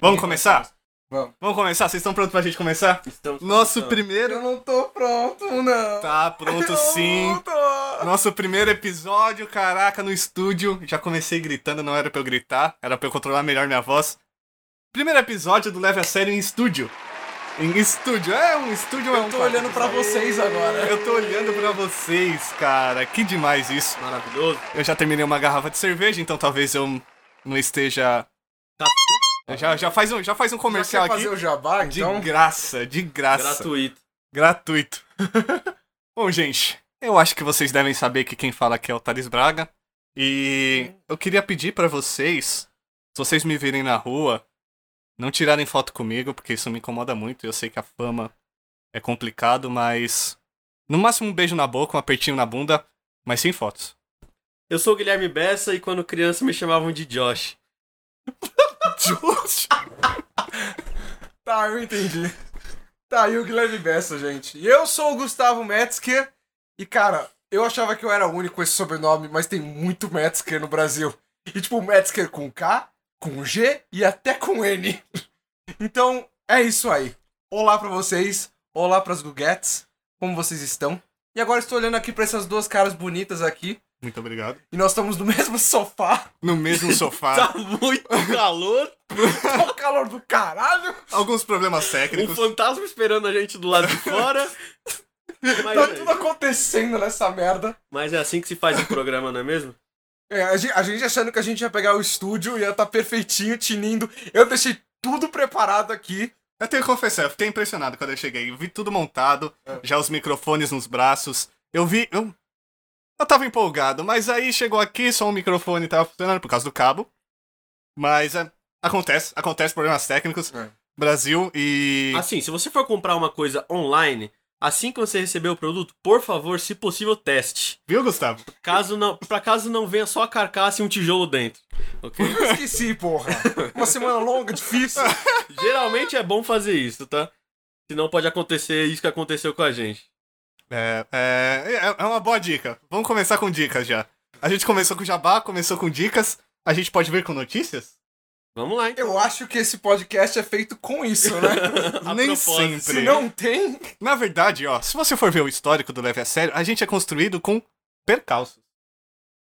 Vamos começar? Vamos. Então. Vamos começar? Vocês estão prontos pra gente começar? Estamos Nosso começando. primeiro. Eu não tô pronto, não. Tá pronto Eu sim. não tô. Nosso primeiro episódio, caraca, no estúdio. Já comecei gritando, não era pra eu gritar, era pra eu controlar melhor minha voz. Primeiro episódio do Leve a Sério em estúdio. Em estúdio, é um estúdio, é um Eu tô quarto, olhando pra pessoal. vocês agora. Eu tô olhando pra vocês, cara. Que demais isso. Maravilhoso. Eu já terminei uma garrafa de cerveja, então talvez eu não esteja. Tá. Já, já, faz, um, já faz um comercial Quer fazer aqui. o jabá, De então? graça, de graça. Gratuito. Gratuito. Bom, gente, eu acho que vocês devem saber que quem fala aqui é o Thales Braga. E eu queria pedir pra vocês, se vocês me virem na rua, não tirarem foto comigo, porque isso me incomoda muito. Eu sei que a fama é complicado, mas no máximo um beijo na boca, um apertinho na bunda, mas sem fotos. Eu sou o Guilherme Bessa e quando criança me chamavam de Josh. Tá, eu entendi. Tá aí o Guilherme Bessa, gente. E eu sou o Gustavo Metzger. E, cara, eu achava que eu era o único com esse sobrenome, mas tem muito Metzger no Brasil. E, tipo, Metzger com K, com G e até com N. Então, é isso aí. Olá pra vocês. Olá pras Guguetes. Como vocês estão? E agora estou olhando aqui pra essas duas caras bonitas aqui. Muito obrigado. E nós estamos no mesmo sofá. No mesmo sofá, Tá muito calor. Tá o calor do caralho. alguns problemas um técnicos. fantasma esperando a gente do lado de fora. Tá Mas, é tudo acontecendo nessa merda. mas é assim que se faz um programa, não é mesmo? É, a gen- a gente achando que a gente ia pegar o estúdio e ia estar perfeitinho, tinindo. Eu deixei tudo preparado aqui. Eu tenho que confessar, eu fiquei impressionado quando eu cheguei. Eu vi tudo montado, já os microfones nos braços. Eu vi. Eu, eu tava empolgado, mas aí chegou aqui, só um microfone tava funcionando por causa do cabo. Mas é, acontece, acontece problemas técnicos. É. Brasil e. Assim, se você for comprar uma coisa online, assim que você receber o produto, por favor, se possível, teste. Viu, Gustavo? Caso não, pra caso não venha só a carcaça e um tijolo dentro. ok? Eu esqueci, porra. Uma semana longa, difícil. Geralmente é bom fazer isso, tá? Senão pode acontecer isso que aconteceu com a gente. É, é, é- é uma boa dica. Vamos começar com dicas já. A gente começou com jabá, começou com dicas. A gente pode vir com notícias? Vamos lá, então. Eu acho que esse podcast é feito com isso, né? A Nem propósito. sempre. Se não tem, Na verdade, ó, se você for ver o histórico do Leve a Sério, a gente é construído com percalços.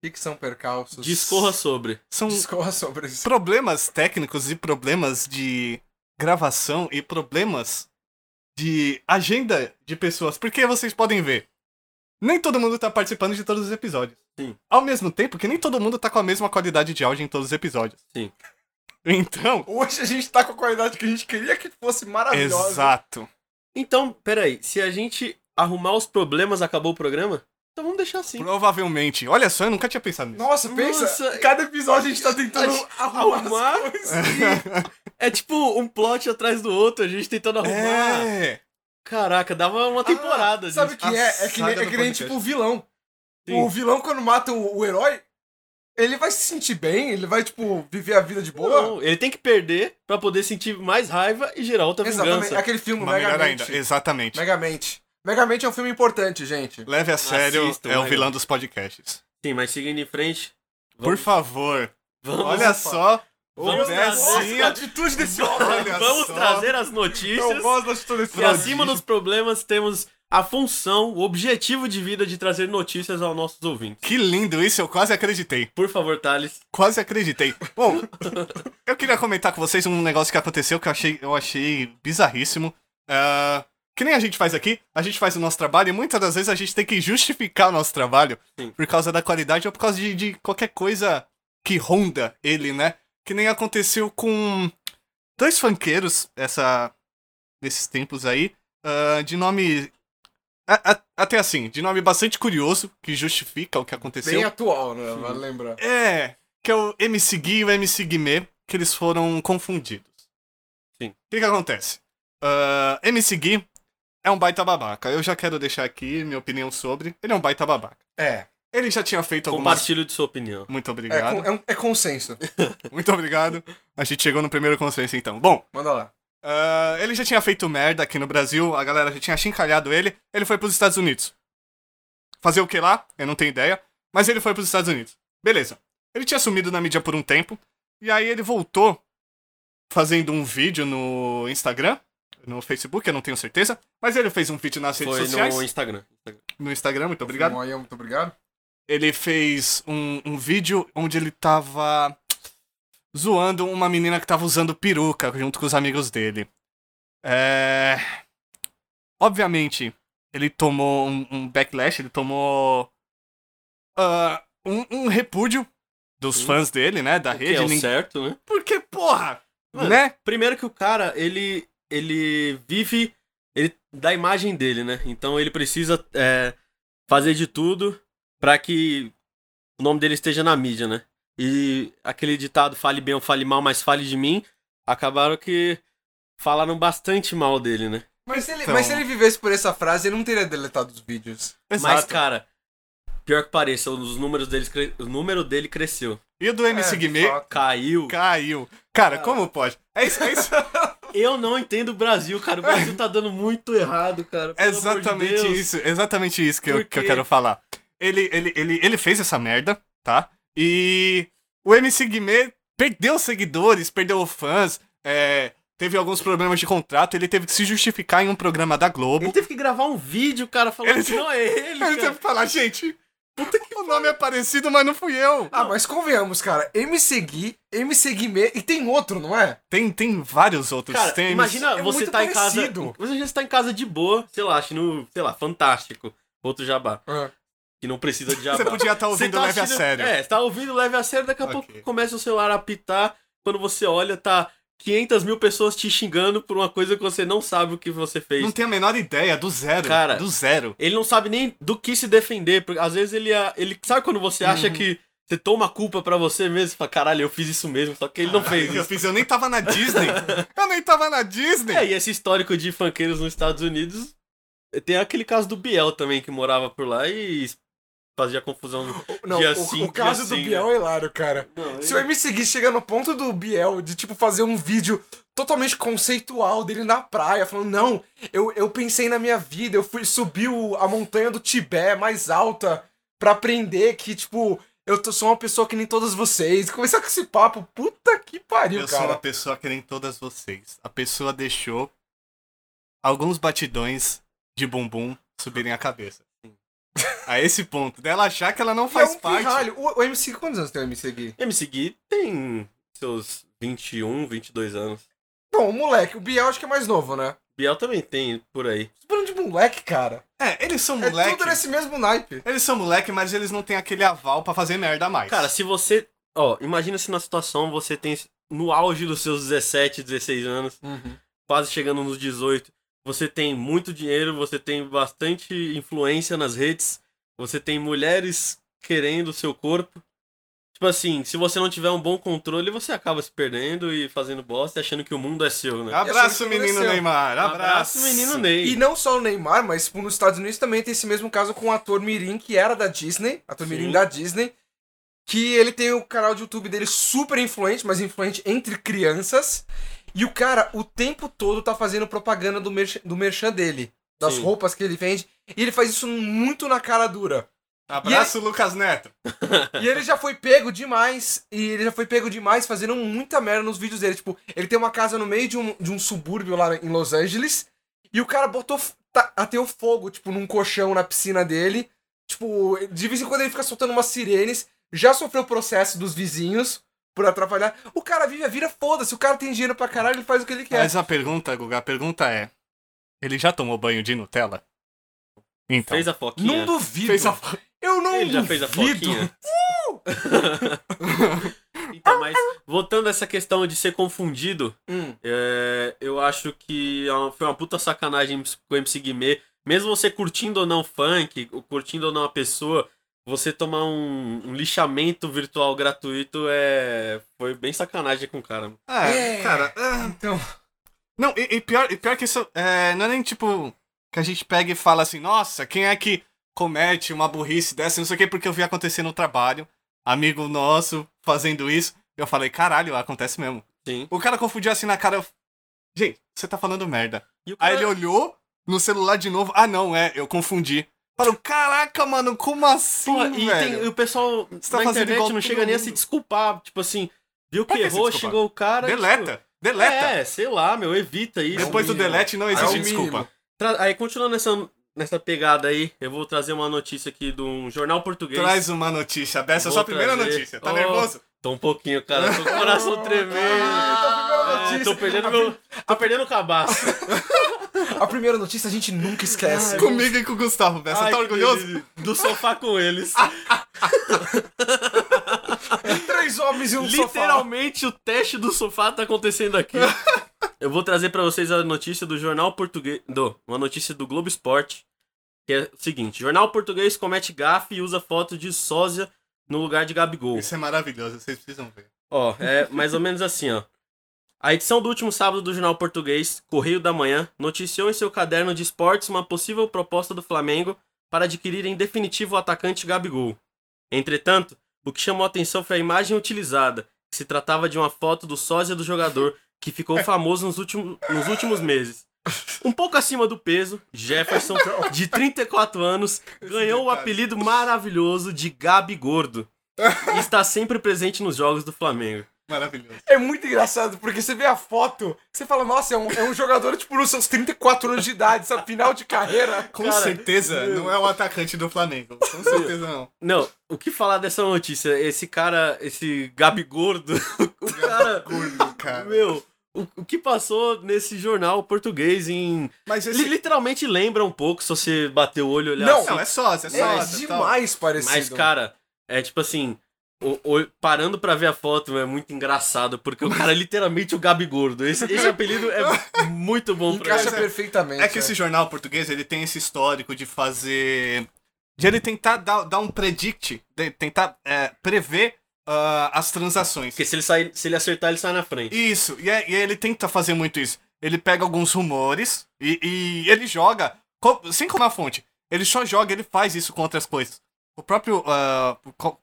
o que são percalços? Discorra sobre. São Discorra sobre isso. problemas técnicos e problemas de gravação e problemas de agenda de pessoas. Porque vocês podem ver, nem todo mundo tá participando de todos os episódios. Sim. Ao mesmo tempo que nem todo mundo tá com a mesma qualidade de áudio em todos os episódios. Sim. Então, Hoje a gente tá com a qualidade que a gente queria que fosse maravilhosa. exato. Então, peraí, se a gente arrumar os problemas, acabou o programa? Então vamos deixar assim. Provavelmente. Olha só, eu nunca tinha pensado nisso. Nossa, pensa. Nossa. Cada episódio a gente tá tentando A gente- arrumar. as arrumar. coisas. É tipo um plot atrás do outro, a gente tentando arrumar. É. Ah, Caraca, dava uma temporada disso. Sabe o que é? É A que, nem, saga é do que nem podcast. tipo o vilão. Sim. O vilão, quando mata o, o herói, ele vai se sentir bem, ele vai, tipo, viver a vida de boa. Não, ele tem que perder pra poder sentir mais raiva e gerar outra Exatamente. é É vingança. Aquele filme, Mas melhor ainda. Megamente. Exatamente. Megamente. Megamente é um filme importante, gente. Leve a sério Assistam, é o vai. vilão dos podcasts. Sim, mas seguindo em frente. Por Vamos, favor, vamos, olha falar. só. Vamos Becinha- trazer- a atitude desse homem. Olha vamos só. trazer as Eu notícias. gosto da atitude desse E Pra homem. Brasil. acima dos problemas temos a função, o objetivo de vida de trazer notícias aos nossos ouvintes. Que lindo isso, eu quase acreditei. Por favor, Thales. Quase acreditei. Bom, eu queria comentar com vocês um negócio que aconteceu que eu achei, eu achei bizarríssimo. Ah, que nem a gente faz aqui, a gente faz o nosso trabalho e muitas das vezes a gente tem que justificar o nosso trabalho Sim. por causa da qualidade ou por causa de, de qualquer coisa que ronda ele, né? Que nem aconteceu com dois funkeiros essa, nesses tempos aí, ah, de nome. a- a- até assim, de nome bastante curioso, que justifica o que aconteceu. Bem atual, né? Vale lembrar. É, que é o MC Gui e o MC Guimê, que eles foram confundidos. Sim. O que que acontece? Ah, MC Gui é um baita babaca. Eu já quero deixar aqui minha opinião sobre. Ele é um baita babaca. É. Ele já tinha feito algumas... Compartilho de sua opinião. Muito É, obrigado. con- é, um- é consenso. Muito obrigado. A gente chegou no primeiro consenso, então. Bom, Manda lá. ah, ele já tinha feito merda aqui no Brasil. A galera já tinha chincalhado ele. Ele foi pros Estados Unidos. Fazer o que lá? Eu não tenho ideia. Mas ele foi pros Estados Unidos. Beleza. Ele tinha sumido na mídia por um tempo. E aí ele voltou fazendo um vídeo no Instagram, no Facebook, eu não tenho certeza, mas ele fez um vídeo nas redes Foi sociais, no Instagram. no Instagram, muito obrigado. Bom, aí, é muito obrigado. ele fez um, um vídeo onde ele tava zoando uma menina que tava usando peruca junto com os amigos dele. É... Obviamente, ele tomou um, um backlash, ele tomou ah, um, um repúdio dos Sim. fãs dele, né, da O que rede. é o nin- certo, né? Porque, porra, Mano, né? Primeiro que o cara, ele, ele vive ele, da imagem dele, né? Então ele precisa é, fazer de tudo pra que o nome dele esteja na mídia, né? E aquele ditado, fale bem ou fale mal, mas fale de mim, acabaram que falaram bastante mal dele, né? Mas se, ele, Então. mas se ele vivesse por essa frase, ele não teria deletado os vídeos. Exato. Mas, cara, pior que pareça, os números deles cre- o número dele cresceu. E o do MC É, Guimê fato. Caiu. caiu. Cara, como pode? É isso, é isso. Eu não entendo o Brasil, cara. O Brasil tá dando muito errado, cara. É Pelo amor de exatamente Deus. isso, exatamente isso que eu, Por que eu quê? quero falar. Ele, ele, ele, ele fez essa merda, tá? E o MC Guimê perdeu seguidores, perdeu fãs, é, teve alguns problemas de contrato, ele teve que se justificar em um programa da Ele Globo. teve que gravar um vídeo, cara, falando Ele que teve- não é ele, Ele teve cara. que falar, gente, o nome é parecido, mas não fui eu. Ah, mas convenhamos, cara. MC Gui, MC Guimê, e tem outro, não é? Tem, tem vários outros Cara, temas. imagina é você muito tá em casa. um- parecido. Você já tá em casa de boa, sei lá, acho no, sei lá, fantástico. Outro jabá, que não precisa de jabá. Você podia estar Você ouvindo tá leve a assistindo- sério. É, você tá ouvindo leve a sério, daqui a Ok. pouco começa o celular a apitar. Quando você olha, tá 500 mil pessoas te xingando por uma coisa que você não sabe o que você fez. Não tem a menor ideia, do zero. Cara, do zero. Ele não sabe nem do que se defender, porque às vezes ele. a- ele sabe quando você acha Uhum. que você toma a culpa pra você mesmo? Você fala, caralho, eu fiz isso mesmo, só que ele não fez Ah, Eu isso. fiz, eu nem tava na Disney. Eu nem tava na Disney. É, e esse histórico de funkeiros nos Estados Unidos. eh, Tem aquele caso do Biel também, que morava por lá e fazia confusão. Não, Dia o, sim, o dia caso do sim, Biel é hilário, cara. Se o MC Gui chega no ponto do Biel de, tipo, fazer um vídeo totalmente conceitual dele na praia, falando, não, eu, eu pensei na minha vida, eu fui subir o- a montanha do Tibete mais alta pra aprender que, tipo, eu tô- sou uma pessoa que nem todas vocês. Começar com esse papo, puta que pariu, Eu sou uma cara. pessoa que nem todas vocês. A pessoa deixou alguns batidões de bumbum subirem a cabeça. A esse ponto, dela achar que ela não faz E é um parte. pirralho. O, o MC, Gui, quantos anos tem o MC Gui? MC Gui tem seus 21, 22 anos. Bom, o moleque, o Biel acho que é mais novo, né? Biel também tem por aí. Tô falando de moleque, cara. É, eles são É moleque. tudo nesse mesmo naipe. Eles são moleque, mas eles não têm aquele aval pra fazer merda a mais. Cara, se você. Ó, imagina se na situação você tem no auge dos seus 17, 16 anos. quase chegando nos 18, você tem muito dinheiro, você tem bastante influência nas redes, você tem mulheres querendo o seu corpo. Tipo assim, se você não tiver um bom controle, você acaba se perdendo e fazendo bosta e achando que o mundo é seu, né? abraço, Essa menino cresceu. Um Neymar. Abraço. Abraço, menino E Ney. não só o Neymar, mas tipo, nos Estados Unidos também tem esse mesmo caso com o ator Mirim, que era da Disney, ator Sim. Mirim da Disney, que ele tem o canal de YouTube dele super influente, mas influente entre crianças, e o cara o tempo todo tá fazendo propaganda do, merch do merchan dele, das Sim. roupas que ele vende, e ele faz isso muito na cara dura. é- Abraço, Lucas Neto. E ele já foi pego demais, e ele já foi pego demais fazendo muita merda nos vídeos dele, tipo, ele tem uma casa no meio de um, de um subúrbio lá em Los Angeles, e o cara botou f- ta- até o fogo, tipo, num colchão na piscina dele. Tipo, de vez em quando ele fica soltando umas sirenes. Já sofreu o processo dos vizinhos por atrapalhar. O cara vive a vida, foda-se. O cara tem dinheiro pra caralho, ele faz o que é- ele quer. Mas a pergunta, Guga, a pergunta é: ele já tomou banho de Nutella? Então. Fez a Não foquinha. duvido. fez a Eu não Ele já duvido. fez a foquinha. Uh! então, mas voltando a essa questão de ser confundido, Hum, É, eu acho que é uma- foi uma puta sacanagem com o MC Guimê. Mesmo você curtindo ou não funk, ou curtindo ou não a pessoa, você tomar um, um lixamento virtual gratuito é. Foi bem sacanagem com o cara. É, É. cara. ah, então. Não, e, e pior, e pior que isso, é, não é nem tipo que a gente pega e fala assim, nossa, quem é que comete uma burrice dessa, não sei o quê, porque eu vi acontecer no trabalho, amigo nosso fazendo isso. Eu falei, caralho, acontece mesmo. Sim. O cara confundiu assim na cara, eu- gente, você tá falando merda. E o cara- Aí ele olhou no celular de novo, ah não, é, eu confundi. Falou, caraca, mano, como assim, Porra, e, tem- velho? e o pessoal Você tá fazendo na igual internet não todo chega nem a mundo. se desculpar. Tipo assim, viu Pra que que se errou, desculpar? xingou o cara. Deleta. tipo, Deleta. É, sei lá, meu, evita isso. Depois do mínimo. delete não É o existe mínimo. desculpa. Tra- Aí, continuando nessa, nessa pegada aí, eu vou trazer uma notícia aqui de um jornal português. Traz uma notícia dessa, é a sua Vou primeira trazer. notícia. Tá Oh. nervoso? Tô um pouquinho, cara, tô com o coração tremendo. Ah, É, tô perdendo meu. Tô perdendo o cabaço. A primeira notícia a gente nunca esquece. Comigo e com o Gustavo, Bessa. Ai, Tá que orgulhoso? Ah, delícia. Do sofá com eles. Três homens e um sofá. Literalmente o teste do sofá tá acontecendo aqui. Eu vou trazer pra vocês a notícia do jornal português, do, uma notícia do Globo Esporte, que é o seguinte: jornal português comete gafe e usa foto de sósia no lugar de Gabigol. Isso é maravilhoso, vocês precisam ver. Ó, é mais ou menos assim, ó. A edição do último sábado do jornal português, Correio da Manhã, noticiou em seu caderno de esportes uma possível proposta do Flamengo para adquirir em definitivo o atacante Gabigol. Entretanto, o que chamou a atenção foi a imagem utilizada, que se tratava de uma foto do sósia do jogador que ficou famoso nos últimos, nos últimos meses. Um pouco acima do peso, Jefferson, de 34 anos, ganhou o detalhe. apelido maravilhoso de Gabi Gordo e está sempre presente nos jogos do Flamengo. Maravilhoso. É muito engraçado, porque você vê a foto, você fala, nossa, é um, é um jogador, tipo, nos seus 34 anos de idade, sabe? Final de carreira. Com Cara, certeza não é o atacante do Flamengo. Com certeza não. Não, o que falar dessa notícia? Esse cara, esse Gabi Gordo, o cara, Gordo, cara. meu, o, o que passou nesse jornal português em... Mas Ele esse. literalmente lembra um pouco, se você bater o olho e olhar Não, assim, Não, é sósia, é É sósia. e tal. demais parecido. Mas, cara, é tipo assim. o- o- parando pra ver a foto é muito engraçado, porque o cara é literalmente o Gabi Gordo. Esse, esse apelido é muito bom pra Encaixa Mas é- ele. perfeitamente. né? É que esse jornal português, ele tem esse histórico de fazer... De ele tentar dar, dar um predict, de tentar é, prever ah, as transações. Porque se ele, sair, se ele acertar, ele sai na frente. Isso, e, é- e ele tenta fazer muito isso. Ele pega alguns rumores e, e ele joga, co- sem como a fonte, ele só joga, ele faz isso com outras coisas. O próprio... ah, co-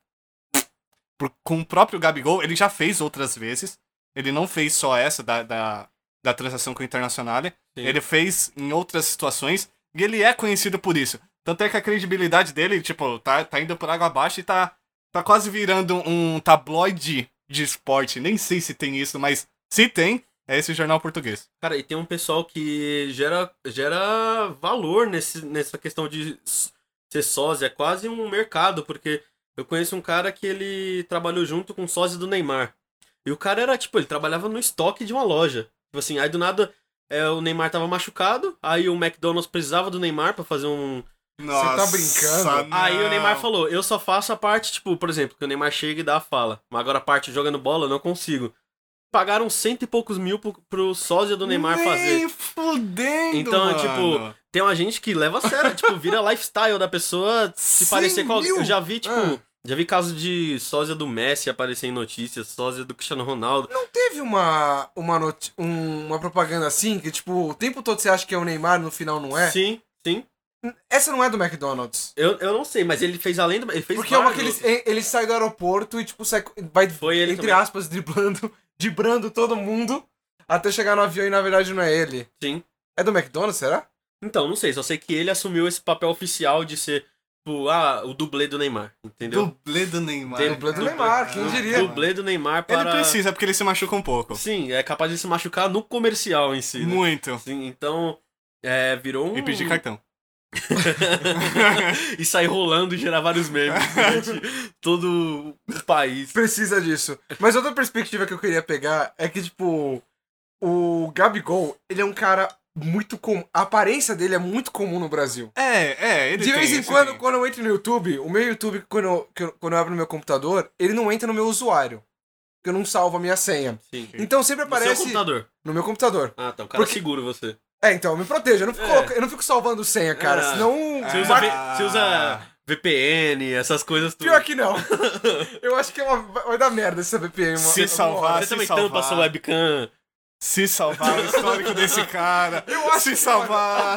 por- com o próprio Gabigol, ele já fez outras vezes. Ele não fez só essa da, da, da transação com o Internacional. Sim. Ele fez em outras situações e ele é conhecido por isso. Tanto é que a credibilidade dele, tipo, tá, tá indo por água abaixo e tá, tá quase virando um tabloide de esporte. Nem sei se tem isso, mas se tem, é esse jornal português. Cara, e tem um pessoal que gera, gera valor nesse, nessa questão de s- ser sósia. É quase um mercado, porque eu conheço um cara que ele trabalhou junto com o sósia do Neymar. E o cara era, tipo, ele trabalhava no estoque de uma loja. Tipo assim, aí do nada é, o Neymar tava machucado, aí o McDonald's precisava do Neymar pra fazer um. tá brincando? não. Aí o Neymar falou: eu só faço a parte, tipo, por exemplo, que o Neymar chega e dá a fala. Mas agora a parte jogando bola, eu não consigo. Pagaram cento e poucos mil pro, pro sósia do Neymar Nem fazer. fudendo, Então, mano. tipo, Tem uma gente que leva a sério, tipo, vira lifestyle da pessoa se 100 parecer com alguém. mil? Eu já vi, tipo, Ah. já vi casos de sósia do Messi aparecer em notícias, sósia do Cristiano Ronaldo. Não teve uma, uma, noti- um- uma propaganda assim, que tipo, o tempo todo você acha que é o Neymar, no final não é? Sim, sim. Essa não é do McDonald's. Eu, eu não sei, mas ele fez além do. Ele fez Porque é uma que vários. ele, ele sai do aeroporto e tipo, sai, vai, Foi ele entre também. aspas, driblando, driblando todo mundo, até chegar no avião e na verdade não é ele. Sim. É do McDonald's, será? Então, não sei, só sei que ele assumiu esse papel oficial de ser, tipo, ah, o dublê do Neymar, entendeu? Dublê do Neymar. Tem o dublê do cara. Neymar, quem Ah, diria? Dublê do Neymar para. Ele precisa, porque ele se machuca um pouco. Sim, é capaz de se machucar no comercial em si. Né? Muito. Sim, então. É, virou um. E Hum. pedir cartão. e sair rolando e gerar vários memes durante todo o país. Precisa disso. Mas outra perspectiva que eu queria pegar é que, tipo, o Gabigol, ele é um cara muito comum. A aparência dele é muito comum no Brasil. É, é, ele De tem, vez em esse quando, tem. quando eu entro no YouTube, o meu YouTube, quando eu, que eu- quando eu abro no meu computador, ele não entra no meu usuário. Porque eu não salvo a minha senha. Sim. Então sempre Aparece... aparece computador. no meu computador. Ah, tá. O cara Porque- segura você. É, então, me proteja. Eu não fico, É. coloca- eu não fico salvando senha, cara. Ah. Senão. Você Ah. usa, V- você usa VPN, essas coisas tudo. Pior que não. eu acho que é uma- vai dar merda essa VPN. uma- Se uma salvar, hora. Você se também salvar. tampa sua webcam. Se salvar, o histórico desse cara. Eu acho se que- salvar.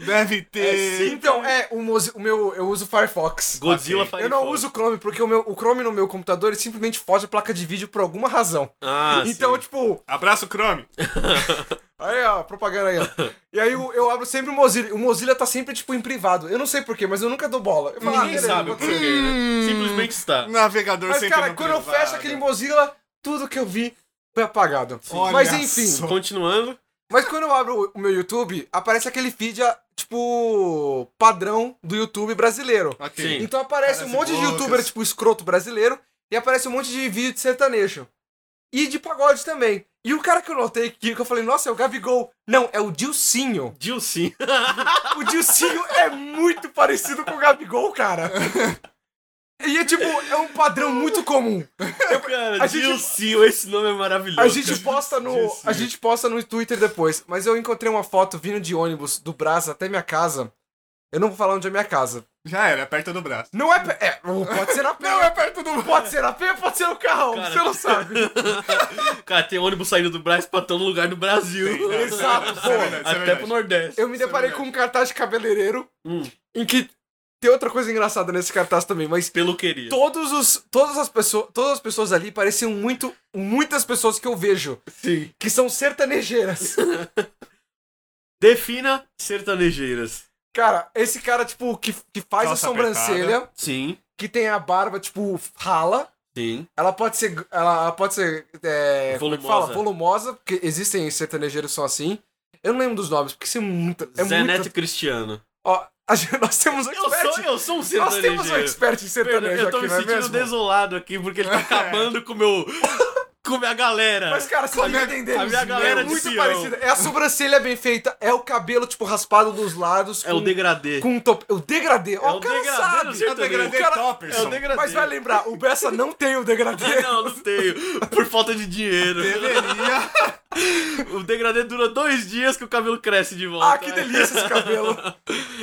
Deve É sim. ter. Então, é, o, Mozi- o meu. Eu uso Firefox. Godzilla Ok. Firefox. Eu não uso o Chrome, porque o, meu, o Chrome no meu computador ele simplesmente foge a placa de vídeo por alguma razão. Ah, então, sim. tipo, Abraço, Chrome. Aí, ó, propaganda aí, ó. E aí eu, eu abro sempre o Mozilla. O Mozilla tá sempre, tipo, em privado. Eu não sei porquê, mas eu nunca dou bola. Eu falo, ah, Ninguém beleza, hum. sabe o pode porquê, ser. né? Simplesmente está. Navegador Mas, sempre cara, no quando eu privado. fecho aquele Mozilla, tudo que eu vi Foi apagado. Sim. Olha Mas enfim. só. Continuando. Mas quando eu abro o meu YouTube, aparece aquele feed, ah, tipo, padrão do YouTube brasileiro. Ok. Sim. Então aparece Caras um e monte de bocas. youtuber, tipo, escroto brasileiro, e aparece um monte de vídeo de sertanejo. E de pagode também. E o cara que eu notei aqui, que eu falei, nossa, é o Gabigol. Não, é o Dilcinho. Dilcinho. O Dilcinho é muito parecido com o Gabigol, cara. E é tipo, é um padrão muito comum. Cara, a gente- Dilcinho, esse nome é maravilhoso. A gente cara. posta no. A gente posta no Twitter depois. Mas eu encontrei uma foto vindo de ônibus do Brás até minha casa. Eu não vou falar onde é minha casa. Já era, aperta do braço. Não é. pe- É, pode ser na pé. Não, é perto do braço. Pode ser na pé, pode ser no carro. Cara. Você não sabe. Cara, tem ônibus saindo do Brás pra todo lugar do Brasil. Exato, Isso pô. é verdade, isso é Até verdade. pro Nordeste. Eu me Isso é deparei com verdade. um cartaz de cabeleireiro Hum, em que tem outra coisa engraçada nesse cartaz também, mas pelo querido. todos os todas as pessoas, todas as pessoas ali pareciam muito muitas pessoas que eu vejo, Sim. que são sertanejeiras. Defina sertanejeiras. Cara, esse cara tipo que, que faz Calça a sobrancelha, apertada. Sim. que tem a barba tipo rala, Sim. ela pode ser ela, ela pode ser é, como é que Volumosa. fala? volumosa, porque existem sertanejeiros que são assim. Eu não lembro dos nomes, porque são muita, é Zé muita... Neto e Cristiano. Ó, a gente- nós temos um tipo, Eu expert. sou, eu sou um Nós sertanejeiro. temos um expert em Perdão, sertanejo Eu tô aqui, me não é sentindo mesmo? desolado aqui, porque ele tá acabando com o meu... Com a minha galera. Mas, cara, você A não minha- tá entendendo. a minha isso, né? galera é de muito Sião. parecida. É a sobrancelha bem feita, é o cabelo, tipo, raspado dos lados. É o degradê. É Com um top... O degradê. Ó, o o cara degradê do sabe. Eu degradei O cara- Topperson. É o degradê. Mas vai lembrar, o Bessa não tem o degradê. Não, não tenho. Por falta de dinheiro. Deveria. O degradê dura dois dias que o cabelo cresce de volta. É. Ah, que delícia esse cabelo.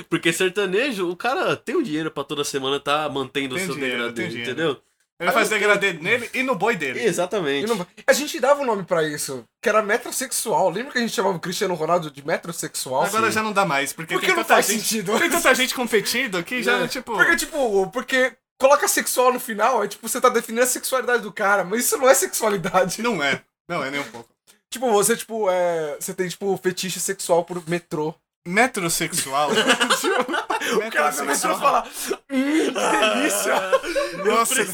Porque sertanejo, o cara tem o dinheiro pra toda semana tá mantendo o Tem seu dinheiro, degradê, tem dinheiro. entendeu? Ele faz degradê nele e no boi dele. E Exatamente. não- A gente dava um nome pra isso, que era metrosexual. Lembra que a gente chamava o Cristiano Ronaldo de metrosexual? Agora já não dá mais, porque, Porque tem tipo, não tanta faz gente. sentido. Tem tanta gente competindo que já, É. tipo. Porque, tipo, porque coloca sexual no final, é tipo, você tá definindo a sexualidade do cara, mas isso não é sexualidade. Não é. Não é nem um pouco. Tipo, você, tipo, é. Você tem, tipo, fetiche sexual por metrô. Metrosexual. O cara no metrô fala. Hum, que delícia! Ah, Nossa, ele,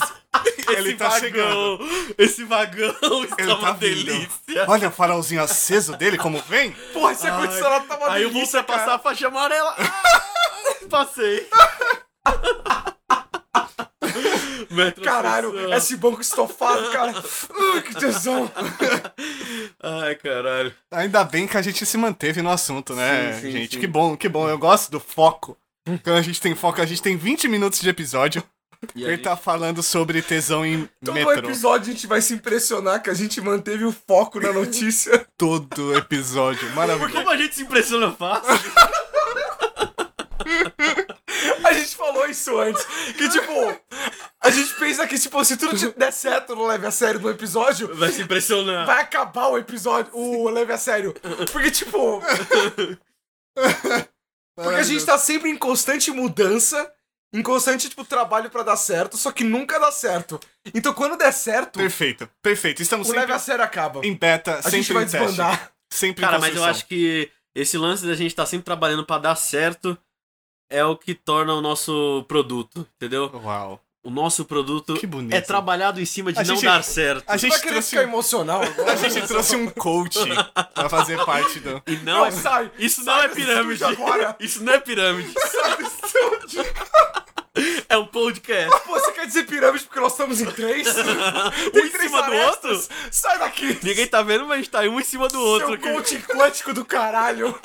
ele tá chegando. vagão, Esse vagão está Ele uma tá vindo. delícia. Olha o farolzinho aceso dele, como vem. Porra, esse ar-condicionado tá uma Aí eu vou delícia, cara. passar a faixa amarela. Ah, Passei. Metrosexual. Caralho, esse banco estofado, cara. Hum, que tesão. Ai, caralho. Ainda bem que a gente se manteve no assunto, né, Sim, sim, gente? sim. Que bom, que bom. Eu gosto do foco. Quando a gente tem foco, a gente tem 20 minutos de episódio. E Ele tá falando sobre tesão em Todo metrô. episódio a gente vai se impressionar que a gente manteve o foco na notícia. Todo episódio. Maravilhoso. Como a gente se impressiona fácil. A gente falou isso antes. Que, tipo, a gente pensa que, tipo, se tudo der certo no Leve a Sério no episódio, Vai se impressionar. vai acabar o episódio, o Leve a Sério. Porque, tipo, porque a gente tá sempre em constante mudança, em constante, tipo, trabalho pra dar certo, só que nunca dá certo. Então, quando der certo, Perfeito, perfeito. Estamos o Leve sempre a Sério acaba. em beta, A sempre gente vai em teste. desbandar. Sempre em Cara, mas eu construção. acho que esse lance da gente tá sempre trabalhando pra dar certo é o que torna o nosso produto, entendeu? Uau, O nosso produto que bonito. é trabalhado em cima de A não gente- dar certo. A Você gente vai querer trouxe ficar emocional A agora? gente trouxe um coach pra fazer parte do. E não é. sai. Isso não Sai é do pirâmide. estúdio agora. Isso não é pirâmide. Sai do estúdio. É um podcast. Pô, você quer dizer pirâmide porque nós estamos em três? Um em cima do arestas? Sai daqui. Ninguém tá vendo, mas a gente tá um em cima do outro Seu aqui. coaching quântico do caralho.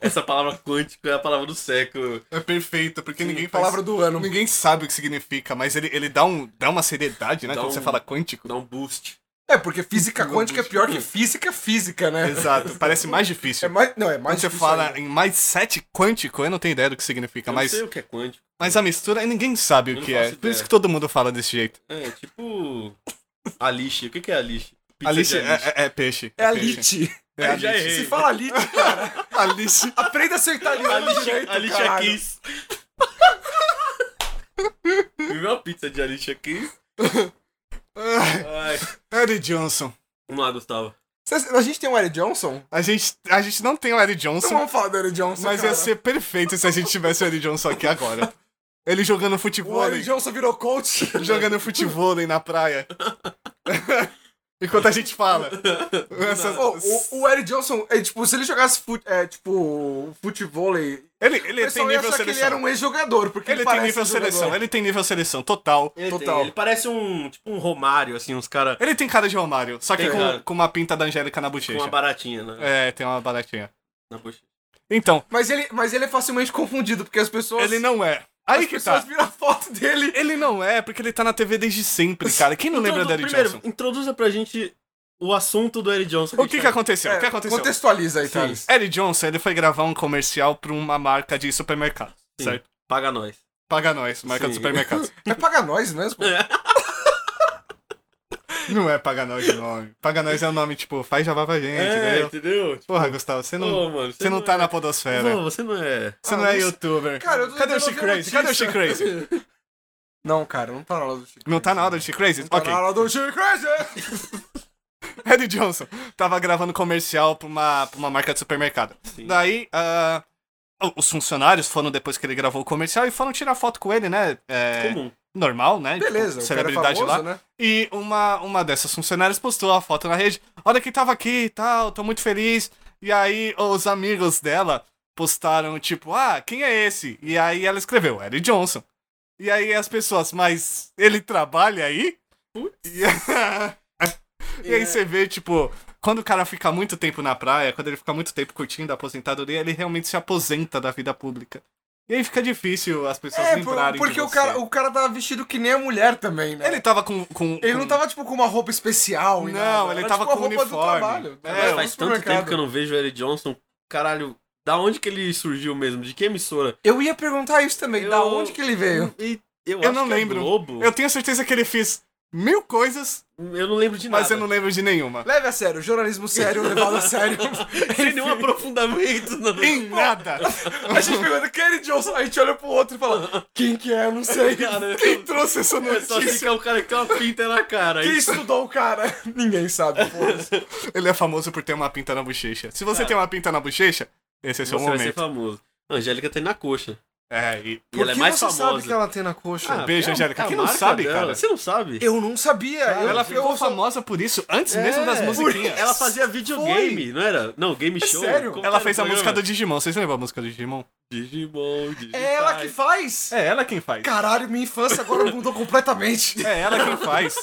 Essa palavra quântico é a palavra do século. É perfeito, porque ninguém faz- Palavra do ano. Ninguém sabe o que significa, mas ele, ele dá, um, dá uma seriedade, né? Dá quando você um- fala quântico. Dá um boost. É, porque física quântica é pior que física física, né? Exato, parece mais difícil. É mais, não, é mais Quando você difícil fala ainda. em mindset quântico, eu não tenho ideia do que significa, Eu mas, não sei o que é quântico. mas a mistura ninguém sabe Eu o não que faço é. Por ideia. isso que todo mundo fala desse jeito. É tipo. Alice. O que que é Alice? Pizza de Alice é, é- é peixe. É a peixe. lite. É Aí já Alice. errei. Se fala lite, cara. Alice. Aprenda a ser italiano Alicia, é direito, Alicia caralho. Keys. Viu uma pizza de Alicia Keys? Ai. Eddie Johnson. Vamos lá, Gustavo. Cês- A gente tem o Eric Johnson? A gente, a gente não tem o Eddie Então Johnson, vamos falar do Eric Johnson, mas ia cara. ser perfeito se a gente tivesse o Eddie Johnson aqui agora. Ele jogando futebol, O Eric Johnson virou coach. jogando futebol na praia. Enquanto a gente fala. Essa- Pô, o, o Eric Johnson, é, tipo, se ele jogasse fute, é, tipo, futevôlei, Ele, o ele tem pessoal ia nível achar que ele seleção. era um ex-jogador, porque ele, Ele tem parece nível um jogador. seleção, ele tem nível seleção total. Ele, tem- Total. ele parece um. Tipo um Romário, assim, uns caras Ele tem cara de Romário, só que Tem com, cara. com uma pinta da Angélica na com uma bochecha. baratinha na, É, tem uma baratinha. na bochecha. Então, Mas ele, mas ele é facilmente confundido, porque as pessoas... ele não é. Aí as que pessoas tá. viram a foto dele. Ele não é, porque ele tá na TV desde sempre, cara. Quem não lembra Introdu- Então, do Eric Primeiro, Johnson? introduza pra gente o assunto do Eric Johnson. O que que a gente aconteceu? É, o que aconteceu? Contextualiza aí, Sim. Thales. Eric Johnson, ele foi gravar um comercial pra uma marca de supermercado, Sim. certo? tá- Paga nós. Paga nós, marca de Sim. supermercado. É paga nós mesmo? não é Paga nós o nome. Paga nós é o nome, tipo, faz jabá pra gente, entendeu? entendeu? Tipo, Porra, Gustavo, você não, pô, mano, você não tá na podosfera. Pô, você não é. Você Ah, não é mas- youtuber. Cara, eu tô Cadê o tentando She ver Crazy? Cadê o She notícia. Crazy? Não, cara, não tá na hora do Chico. Não tá na hora do She Crazy? Tá Ok. na hora do Chico Crazy! Eddie Johnson tava gravando comercial pra uma, pra uma marca de supermercado. Sim. Daí, ah, os funcionários foram depois que ele gravou o comercial e foram tirar foto com ele, né? É, Comum. normal, né? Beleza, Tipo, o cara é celebridade famoso, lá. né? E uma, uma dessas funcionárias postou a foto na rede. Olha quem tava aqui e tal, tô muito feliz. E aí os amigos dela postaram, tipo, ah, quem é esse? E aí ela escreveu, Eric Johnson. E aí as pessoas, mas ele trabalha aí? E, e É. aí você vê, tipo, quando o cara fica muito tempo na praia, quando ele fica muito tempo curtindo a aposentadoria, ele realmente se aposenta da vida pública. E aí fica difícil as pessoas É, por- lembrarem de porque o você. cara, o cara tava vestido que nem a mulher também, né? Ele tava com... com Ele com- não tava, tipo, com uma roupa especial e Não, nada. ele Era, tava tipo, a com roupa uniforme. do trabalho. É, Trabalho eu- no Faz tanto supermercado. tempo que eu não vejo o Eric Johnson. Caralho, da onde que ele surgiu mesmo? De que emissora? Eu ia perguntar isso também, da Eu- onde que ele veio? E eu, Eu acho não que é lembro. Globo. Eu tenho certeza que ele fez mil coisas, Eu... não lembro de nada. mas eu não lembro de nenhuma. Leve a sério, jornalismo sério, levado a sério. Sem nenhum aprofundamento. Não. Em nada! a gente pergunta quem é Eric Johnson, a gente olha pro outro e fala, quem que é, Eu não sei. Cara, eu- Quem trouxe essa eu só sei notícia? que é o cara que tem uma pinta na cara. Quem estudou o cara? Ninguém sabe, pô. Ele é famoso por ter uma pinta na bochecha. Se você tem uma pinta na bochecha, esse é Você seu vai ser momento. famoso. A Angélica tem na coxa. É, e... E ela é mais você famosa. sabe que ela tem na coxa? Ah, Beijo, é a- Angélica. é a Quem não marca sabe, cara? Você não sabe? Eu não sabia. eu- Ela eu ficou só- famosa por isso, antes É, mesmo das por- musiquinhas. Ela fazia videogame, não era? Não, game show. sério? Como É Ela era fez o a música do programa? Digimon. Vocês lembram a música do Digimon? Digimon, Digimon. É ela que faz? É ela quem faz. Caralho, minha infância agora mudou completamente. É ela quem faz.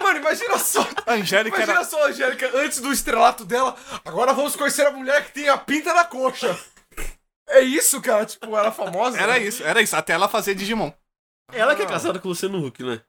Mano, imagina só. A Angélica Imagina era... só, Angélica, antes do estrelato dela, agora vamos conhecer a mulher que tem a pinta na coxa. É isso, cara? Tipo, ela é famosa? Era né? isso, era isso. Até ela fazer Digimon. Ela Ah. que é casada com o Luciano Huck, né?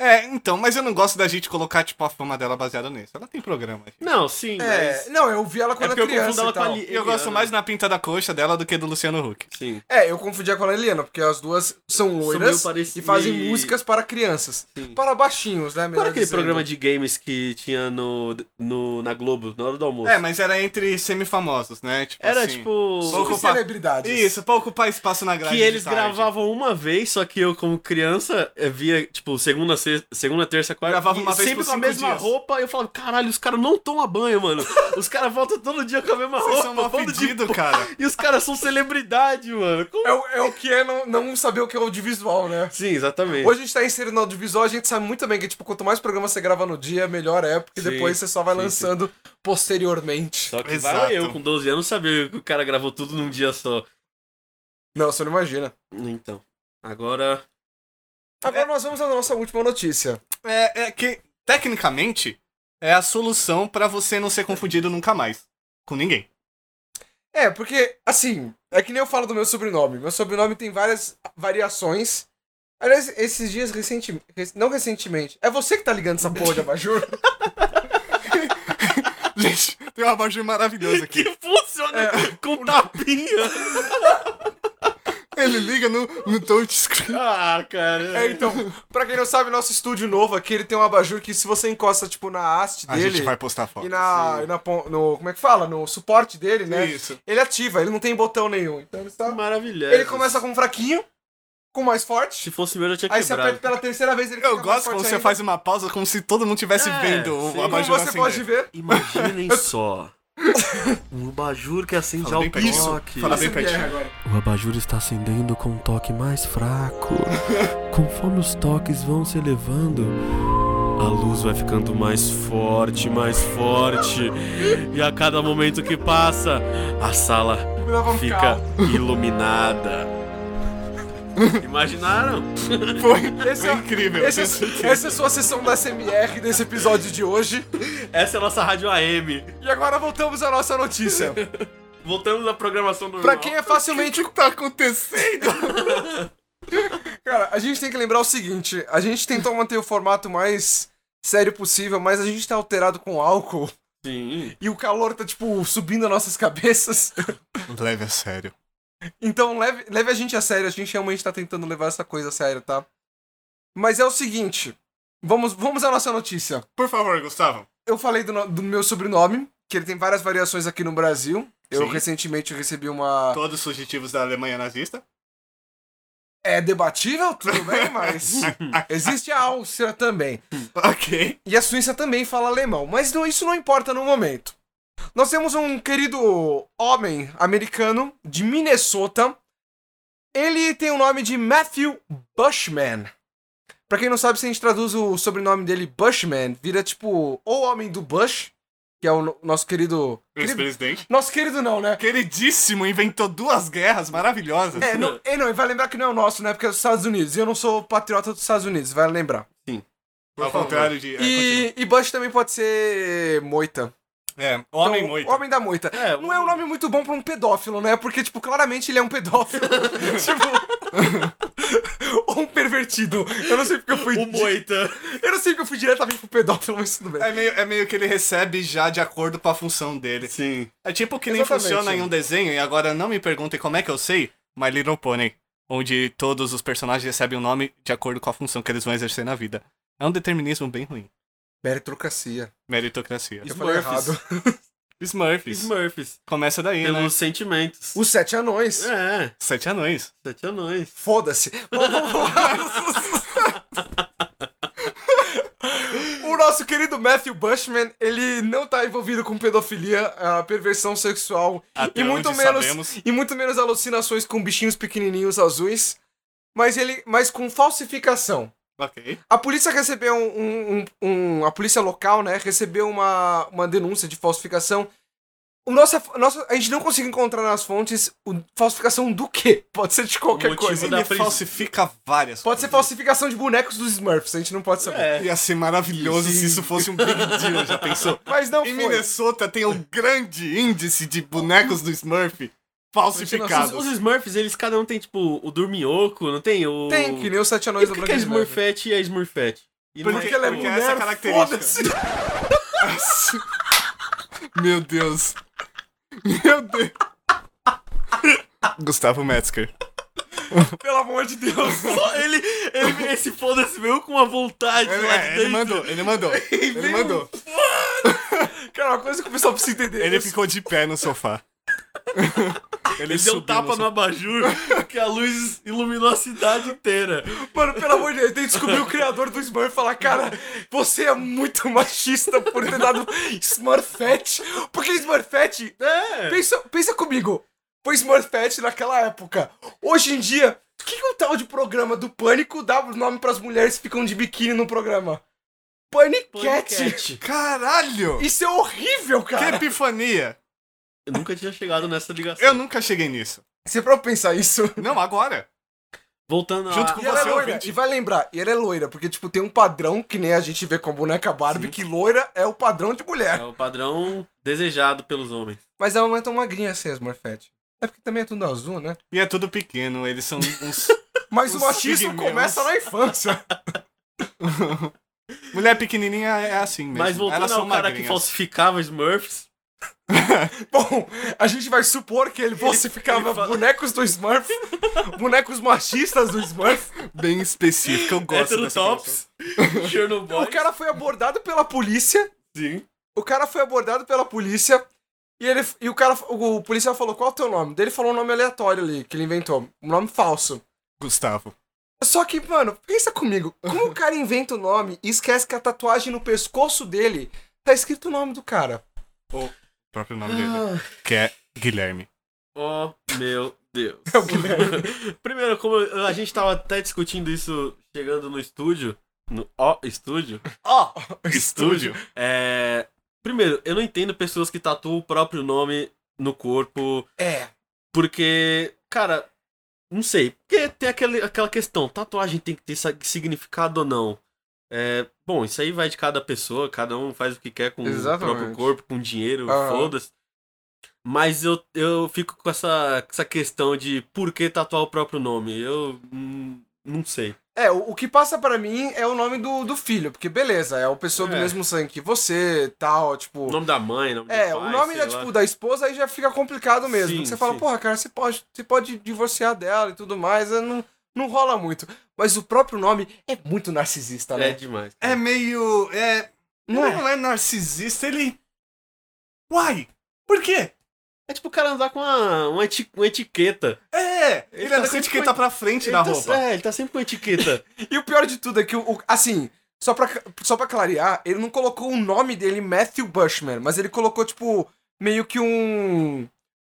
É, então, mas eu não gosto da gente colocar, tipo, a fama dela baseada nisso. Ela tem programa, gente. Não, sim, mas... É, não, eu vi ela quando É era porque eu criança confundo ela e tal. com a Li- Eu gosto mais na pinta da coxa dela do que do Luciano Huck. Sim. É, eu confundia com a Eliana, porque as duas são loiras meio pareci- e fazem e- músicas para crianças. Sim. Para baixinhos, né? Qual melhor era aquele dizendo. programa de games que tinha no, no, na Globo, na hora do almoço? É, mas era entre semifamosos, né? Tipo era assim, tipo... Só Sobre Ocupa- celebridades. Isso, pra ocupar espaço na grade. Que de eles tarde. gravavam uma vez, só que eu, como criança, eh, via, tipo, segunda, sexta, segunda terça, quarta. Gravava e uma vez sempre por com a cinco mesma dias. roupa. Eu falava, caralho, os caras não tomam banho, mano. Os caras voltam todo dia com a mesma Vocês são roupa. mal bando de pedido, po- cara. E os caras são celebridade, mano. Como- É, o- é o que é não, não saber o que é audiovisual, né? Sim, exatamente. Hoje a gente tá inserindo no audiovisual, a gente sabe muito bem que, tipo, quanto mais programa você grava no dia, melhor é, porque Sim, depois você só vai sim, lançando posteriormente. Só que Exato. vai eu com 12 anos sabia que o cara gravou tudo num dia só. Não, você não imagina. Então. Agora. Agora nós vamos à nossa última notícia. É, é que, tecnicamente, é a solução pra você não ser confundido nunca mais. Com ninguém. É, porque, assim, é que nem eu falo do meu sobrenome. Meu sobrenome tem várias variações. Aliás, esses dias recentemente. Não recentemente. É você que tá ligando essa porra de abajur? Gente, tem uma abajur maravilhosa aqui. Que funciona com tapinha. Ele liga no, no touchscreen. ah, cara. É, então, pra quem não sabe, nosso estúdio novo aqui, ele tem um abajur que se você encosta, tipo, na haste A dele gente vai postar foto. e na, e na pon- no, como é que fala? No suporte dele, né? Isso. Ele ativa, ele não tem botão nenhum. Então ele está... é Maravilhoso. é Ele começa com um fraquinho, com um mais Se forte, fosse meu, eu tinha aí você aperta quebrado. pela terceira vez, ele fica Eu mais gosto forte quando você ainda. faz uma pausa como se todo mundo estivesse É, vendo o sim. Como abajur você acender. pode ver, Imaginem só. Um abajur que acende Fala ao bem pertinho. toque. Fala Tá bem Essa guerra pertinho. agora. O abajur está acendendo com um toque mais fraco. Conforme os toques vão se elevando, A luz vai ficando mais forte, mais forte. E a cada momento que passa, a sala Vamos um fica iluminada. Imaginaram? Foi, Esse foi é- incrível. Esse é- essa é a sua sessão da SMR desse episódio de hoje. Essa é a nossa rádio AM. E agora voltamos à nossa notícia. Voltamos à programação do Pra quem é facilmente. O que tá acontecendo? Cara, a gente tem que lembrar o seguinte: a gente tentou manter o formato mais sério possível, mas a gente tá alterado com álcool Sim. e o calor tá, tipo, subindo as nossas cabeças. Leve a sério. Então leve, leve a gente a sério, a gente realmente tá tentando levar essa coisa a sério, tá? Mas é o seguinte: vamos, vamos à nossa notícia. Por favor, Gustavo. eu falei do, no- do meu sobrenome, que ele tem várias variações aqui no Brasil. Eu Sim. recentemente recebi uma. Todos os fugitivos da Alemanha nazista. É debatível, tudo bem, mas. Existe a Áustria também. Ok. E a Suíça também fala alemão, mas não- isso não importa no momento. Nós temos um querido homem americano de Minnesota. Ele tem o nome de Matthew Bushman. Pra quem não sabe, se a gente traduz o sobrenome dele Bushman, vira tipo o homem do Bush, que é o no- nosso querido. querido Ex-presidente. nosso querido não, né? Queridíssimo, inventou duas guerras maravilhosas. É, não, é, não, e vai lembrar que não é o nosso, né? Porque é dos Estados Unidos. E eu não sou patriota dos Estados Unidos, vai lembrar. por Ao favor. contrário de. é, continua. E, e Bush também pode ser moita. É, homem Então, moita. Homem da moita. É, Não é um nome muito bom pra um pedófilo, né? Porque, tipo, claramente ele é um pedófilo. tipo... Ou um pervertido. Eu não sei porque eu fui... O Moita. Eu não sei porque eu fui diretamente pro pedófilo, mas tudo bem. É meio, é meio que ele recebe já de acordo com a função dele. Sim. É tipo que nem Exatamente. funciona em um desenho, e agora não me perguntem como é que eu sei, My Little Pony, onde todos os personagens recebem um nome de acordo com a função que eles vão exercer na vida. É um determinismo bem ruim. Meritocracia. É Meritocracia. Eu falei Smurfs. errado. Smurfs. Smurfs. Começa daí, né? Pelos sentimentos. né? Os Sete Anões. É, Sete anões. sete anões. Foda-se. Vamos- vamos lá. o nosso querido Matthew Bushman, ele não tá envolvido com pedofilia, a perversão sexual Até e muito onde menos sabemos. e muito menos alucinações com bichinhos pequenininhos azuis, mas ele mas com falsificação. Ok. A polícia recebeu um, um- um- a polícia local, né, recebeu uma, uma denúncia de falsificação. O nossa, nossa, a gente não conseguiu encontrar nas fontes o, falsificação do quê? Pode ser de qualquer motivo coisa. da Ele prisão. falsifica várias Pode ser coisas. falsificação de bonecos dos Smurfs, a gente não pode saber. É. Ia ser maravilhoso se Sim. isso fosse um big deal, já pensou? Mas não Em foi. Minnesota tem um grande índice de bonecos do Smurf Os, falsificados. os Smurfs, eles cada um tem, tipo, o Dorminhoco, não tem? O... Tem, que nem os Sete E Anões da por que, que Branca a de Neve. Smurfette é Smurfette? E não Porque ela é Porque mulher, essa é a característica. foda-se. Meu Deus. Meu Deus. Gustavo Metzger. Pelo amor de Deus. Só ele, ele, esse foda-se veio com uma vontade Ele, lá de é, ele dentro. mandou, ele mandou. Ele veio- mandou. Cara, uma coisa que o pessoal precisa entender. é Ele ficou de pé no sofá. Ele deu um subiu tapa no sofá. abajur que a luz iluminou a cidade inteira. Mano, pelo amor de Deus, tem que descobrir o criador do Smurf e falar, cara, você é muito machista por ter dado Smurfette. Porque Smurfette, É. pensa, pensa comigo, foi Smurfette naquela época. Hoje em dia, o que, que o tal de programa do Pânico dá o nome pras mulheres que ficam de biquíni no programa? Paniquete. Paniquete. Caralho! Isso é horrível, Que cara. epifania! Eu nunca tinha chegado nessa ligação. Eu nunca cheguei nisso. Você pra pensar isso. Não, agora. Voltando Junto a... com E ela é você, loira. ouvinte. E vai lembrar, e ela é loira, porque, tipo, tem um padrão que nem a gente vê com a boneca Barbie, que loira é o padrão de mulher. É o padrão desejado pelos homens. Mas ela não é tão magrinha assim, as Morfete. É porque também é tudo azul, né? E é tudo pequeno, eles são uns. Mas o Os machismo pigmeus. começa na infância. Mulher pequenininha é assim mesmo. Mas Elas voltando são ao cara que magrinhas. falsificava Smurfs, Bom, a gente vai supor que ele falsificava ele fala- bonecos do Smurf, bonecos machistas do Smurf. Bem específica, eu gosto hétero dessa pessoa. tops, Chernobyl. O cara foi abordado pela polícia. Sim. O cara foi abordado pela polícia. E, ele, e o cara, o, o policial falou, qual é o teu nome? Daí ele falou um nome aleatório ali, que ele inventou. Um nome falso. Gustavo. Só que, mano, pensa comigo. Como o cara inventa o nome e esquece que a tatuagem no pescoço dele tá escrito o nome do cara? O próprio nome dele. Que é Guilherme. Ah, Oh, meu Deus. É o Guilherme. Primeiro, como eu- a gente tava até discutindo isso chegando no estúdio, no O Estúdio. Ó, Estúdio. É. Primeiro, eu não entendo pessoas que tatuam o próprio nome no corpo. É. Porque, cara, não sei. Porque tem aquele, aquela questão: tatuagem tem que ter sa- significado ou não? É, bom, isso aí vai de cada pessoa, cada um faz o que quer com o próprio Exatamente. corpo, com dinheiro, Aham. foda-se. Mas eu, eu fico com essa, com essa questão de por que tatuar o próprio nome. Eu hum, não sei. É, o, o que passa pra mim é o nome do, do filho, porque beleza, é uma pessoa do É. mesmo sangue que você, tal, O tipo. nome da mãe, nome é, do pai, o nome sei da, lá. tipo, da esposa aí já fica complicado mesmo. Sim, porque você fala, sim. porra, cara, você pode, você pode divorciar dela e tudo mais, é, não, não rola muito. Mas o próprio nome é muito narcisista, É né? demais. É meio. É. Não Não é? é, narcisista, ele. Uai! Por quê? É tipo o cara andar com uma, uma, eti- uma etiqueta. É! Ele, anda tá com a sempre etiqueta com- pra frente Ele da tá- roupa. É, ele tá sempre com etiqueta. E o pior de tudo é que, o, o- assim, só pra, só pra clarear, ele não colocou o nome dele Matthew Bushman, mas ele colocou, tipo, meio que um.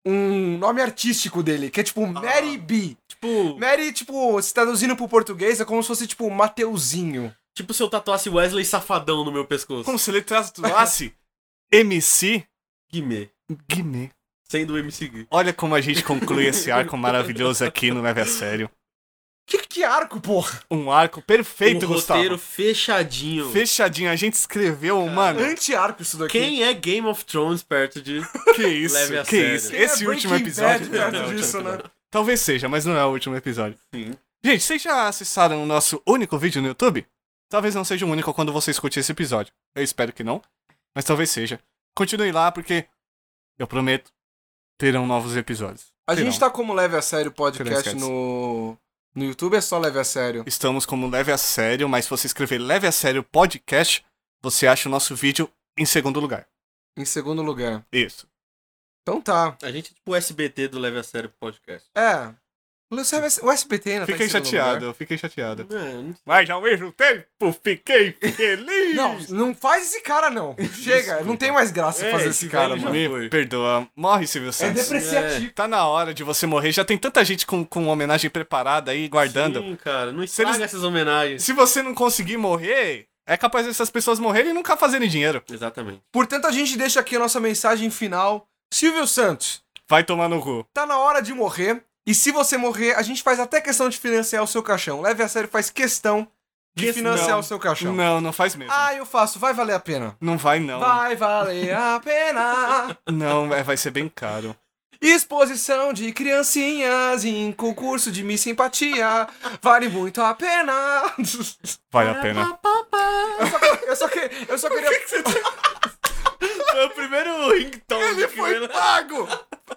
Um nome artístico dele, que é Ah, tipo Mary B. tipo, Mary, tipo, se traduzindo pro português, é como se fosse, tipo, Mateuzinho. tipo se eu tatuasse Wesley Safadão no meu pescoço. É. Como se ele tatuasse MC Guimê. Guimê. Sendo o MC Gui. Olha como a gente conclui esse arco maravilhoso aqui no Leve a Sério. Que, que arco, porra? Um arco perfeito, um Gustavo. roteiro fechadinho. Fechadinho, a gente escreveu, mano. Anti-arco isso daqui. Quem é Game of Thrones perto de... Que isso, Leve a que sério. isso. Quem é Esse último Breaking episódio. Bad perto Não, não, disso, não, né? não. Talvez seja, mas não é o último episódio. Sim. Gente, vocês já acessaram o nosso único vídeo no YouTube? Talvez não seja o único quando você escute esse episódio. Eu espero que não, mas talvez seja. Continue lá porque eu prometo terão novos episódios. A gente Terão. tá como Leve a Sério Podcast Terão, esquece. no. No YouTube é só Leve a Sério. Estamos como Leve a Sério, mas se você escrever Leve a Sério Podcast, você acha o nosso vídeo em segundo lugar. Em segundo lugar. Isso. Então tá. A gente é tipo o SBT do Leve a Sério Podcast. É. O SBT ainda tá em Fiquei segundo chateado, fiquei chateado. É, não- Mas ao mesmo tempo, fiquei feliz. Não, não faz esse cara, não. Chega, não tem mais graça É, fazer esse esse cara, velho já mano. É Me foi. perdoa. Morre, Silvio Santos. depreciativo. Tá na hora de você morrer. Já tem tanta gente com, com homenagem preparada aí, guardando. Sim, cara. Não Se eles- estraga essas homenagens. Se você não conseguir morrer, é capaz dessas pessoas morrerem e nunca fazerem dinheiro. Exatamente. Portanto, a gente deixa aqui a nossa mensagem final. Silvio Santos, Vai tomar no cu. tá na hora de morrer. E se você morrer, a gente faz até questão de financiar o seu caixão. Leve a sério, faz questão de Que- financiar não. o seu caixão. Não, não faz mesmo. Ah, eu faço, vai valer a pena. Não vai, não. Vai valer a pena. Não, é- vai ser bem caro. Exposição de criancinhas em concurso de Miss Simpatia. Vale muito a pena. Vale É a pena. Eu só, eu só, que, tá eu só queria. Foi o primeiro ringtone. Ele foi pago!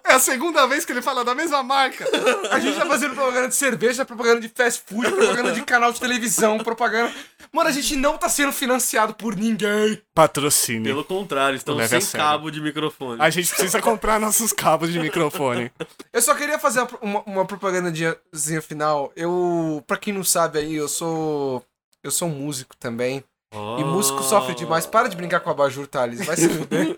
É a segunda vez que ele fala da mesma marca. A gente tá fazendo propaganda de cerveja, propaganda de fast food, propaganda de canal de televisão, propaganda. Mano, a gente não tá sendo financiado por ninguém. Patrocínio. Pelo contrário, estamos Leve a sem sério. cabo de microfone. A gente precisa comprar nossos cabos de microfone. Eu só queria fazer uma- uma, uma propagandazinha final. Eu, pra quem não sabe aí, eu sou. Eu sou um músico também. Oh. E músico sofre demais. Para de brincar com a Bajur, Thales. Vai se fuder.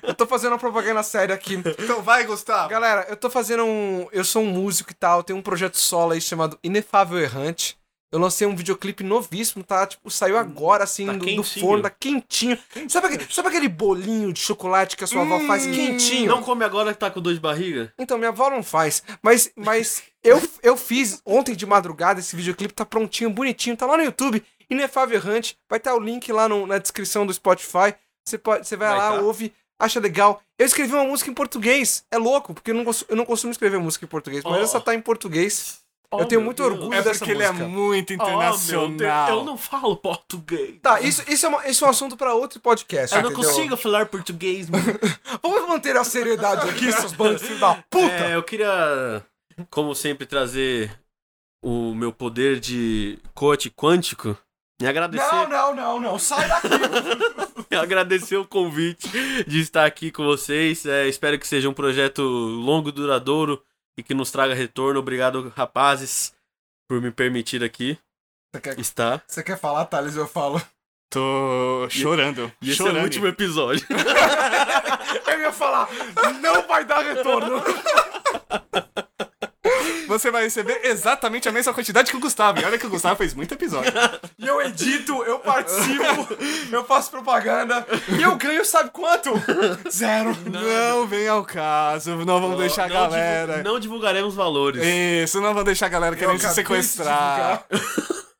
Eu tô fazendo uma propaganda séria aqui. Então vai, Gustavo. Galera, eu tô fazendo um. Eu sou um músico e tal, tenho um projeto solo aí chamado Inefável Errante. Eu lancei um videoclipe novíssimo, tá? Tipo, saiu agora, assim, Tá do, do quentinho. forno, tá quentinho. Sabe aquele, sabe aquele bolinho de chocolate que a sua avó faz Hum, quentinho? Não come agora que tá com dor de barriga? Então, minha avó não faz. Mas, mas eu, eu fiz ontem de madrugada esse videoclipe, tá prontinho, bonitinho, tá lá no YouTube, Inefável Errante. Vai estar o link lá no- na descrição do Spotify. Você pode, você vai, Vai lá, tá. ouve, acha legal. Eu escrevi uma música em português. É louco, porque eu não, gosto- eu não costumo escrever música em português, mas Ó. essa tá em português. Oh, eu tenho meu muito Deus. orgulho É dessa porque ele é música. muito Oh, meu Deus, internacional. eu não falo português. Tá, isso, isso, é uma- isso é um assunto pra outro podcast. Eu não entendeu? consigo falar português, mano. Vamos manter a seriedade aqui, seus bandos de filho da puta. É, eu queria, como sempre, trazer o meu poder de coach quântico. E agradecer, Não, não, não, não. Sai daqui. agradecer o convite de estar aqui com vocês. É, espero que seja um projeto longo, duradouro e que nos traga retorno. Obrigado, rapazes, por me permitir aqui Você quer, estar. você quer falar, Thales? Eu falo. Tô chorando. E esse é chorando. o último episódio. Eu ia falar, não vai dar retorno. você vai receber exatamente a mesma quantidade que o Gustavo. E olha que o Gustavo fez muito episódio. E eu edito, eu participo, eu faço propaganda e eu ganho sabe quanto? Zero. Não vem ao caso, não vamos deixar a Não divu- galera. Não divulgaremos valores. Isso, É não vamos deixar a galera querendo se acabei de sequestrar.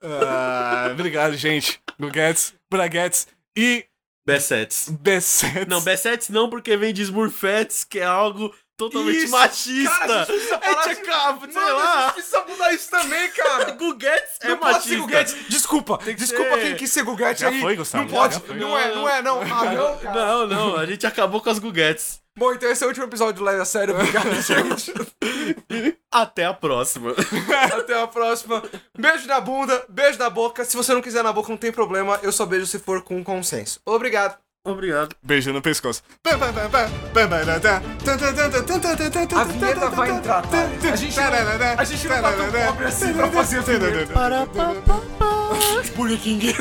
Ah, obrigado, gente. Guguetes, Braguetes e Bessetes. Bessetes. Não, Bessetes não, porque vem de Smurfettes, que é algo totalmente Isso, machista. Cara, a gente precisa é falar de disso. acaba, sei Mano, a lá. gente precisa mudar isso também, cara. Guguetes é não pode ser machista. Guguete. Desculpa, desculpa ser- quem quis ser Guguete Já aí. foi, Gustavo, Não já pode, foi. não é, não é, não. Ah, não, cara. Não, não, a gente acabou com as Guguetes. Bom, então esse é o último episódio do Leve a Sério. Obrigado, gente. Até a próxima. Até a próxima. Beijo na bunda, beijo na boca. Se você não quiser na boca, não tem problema. Eu só beijo se for com consenso. Obrigado. Obrigado. Beijo no pescoço. A A vinheta vai entrar, tá? A gente não, a gente não tá tão pobre assim pra fazer a vinheta. Para, pa, pa, pa. Burger King.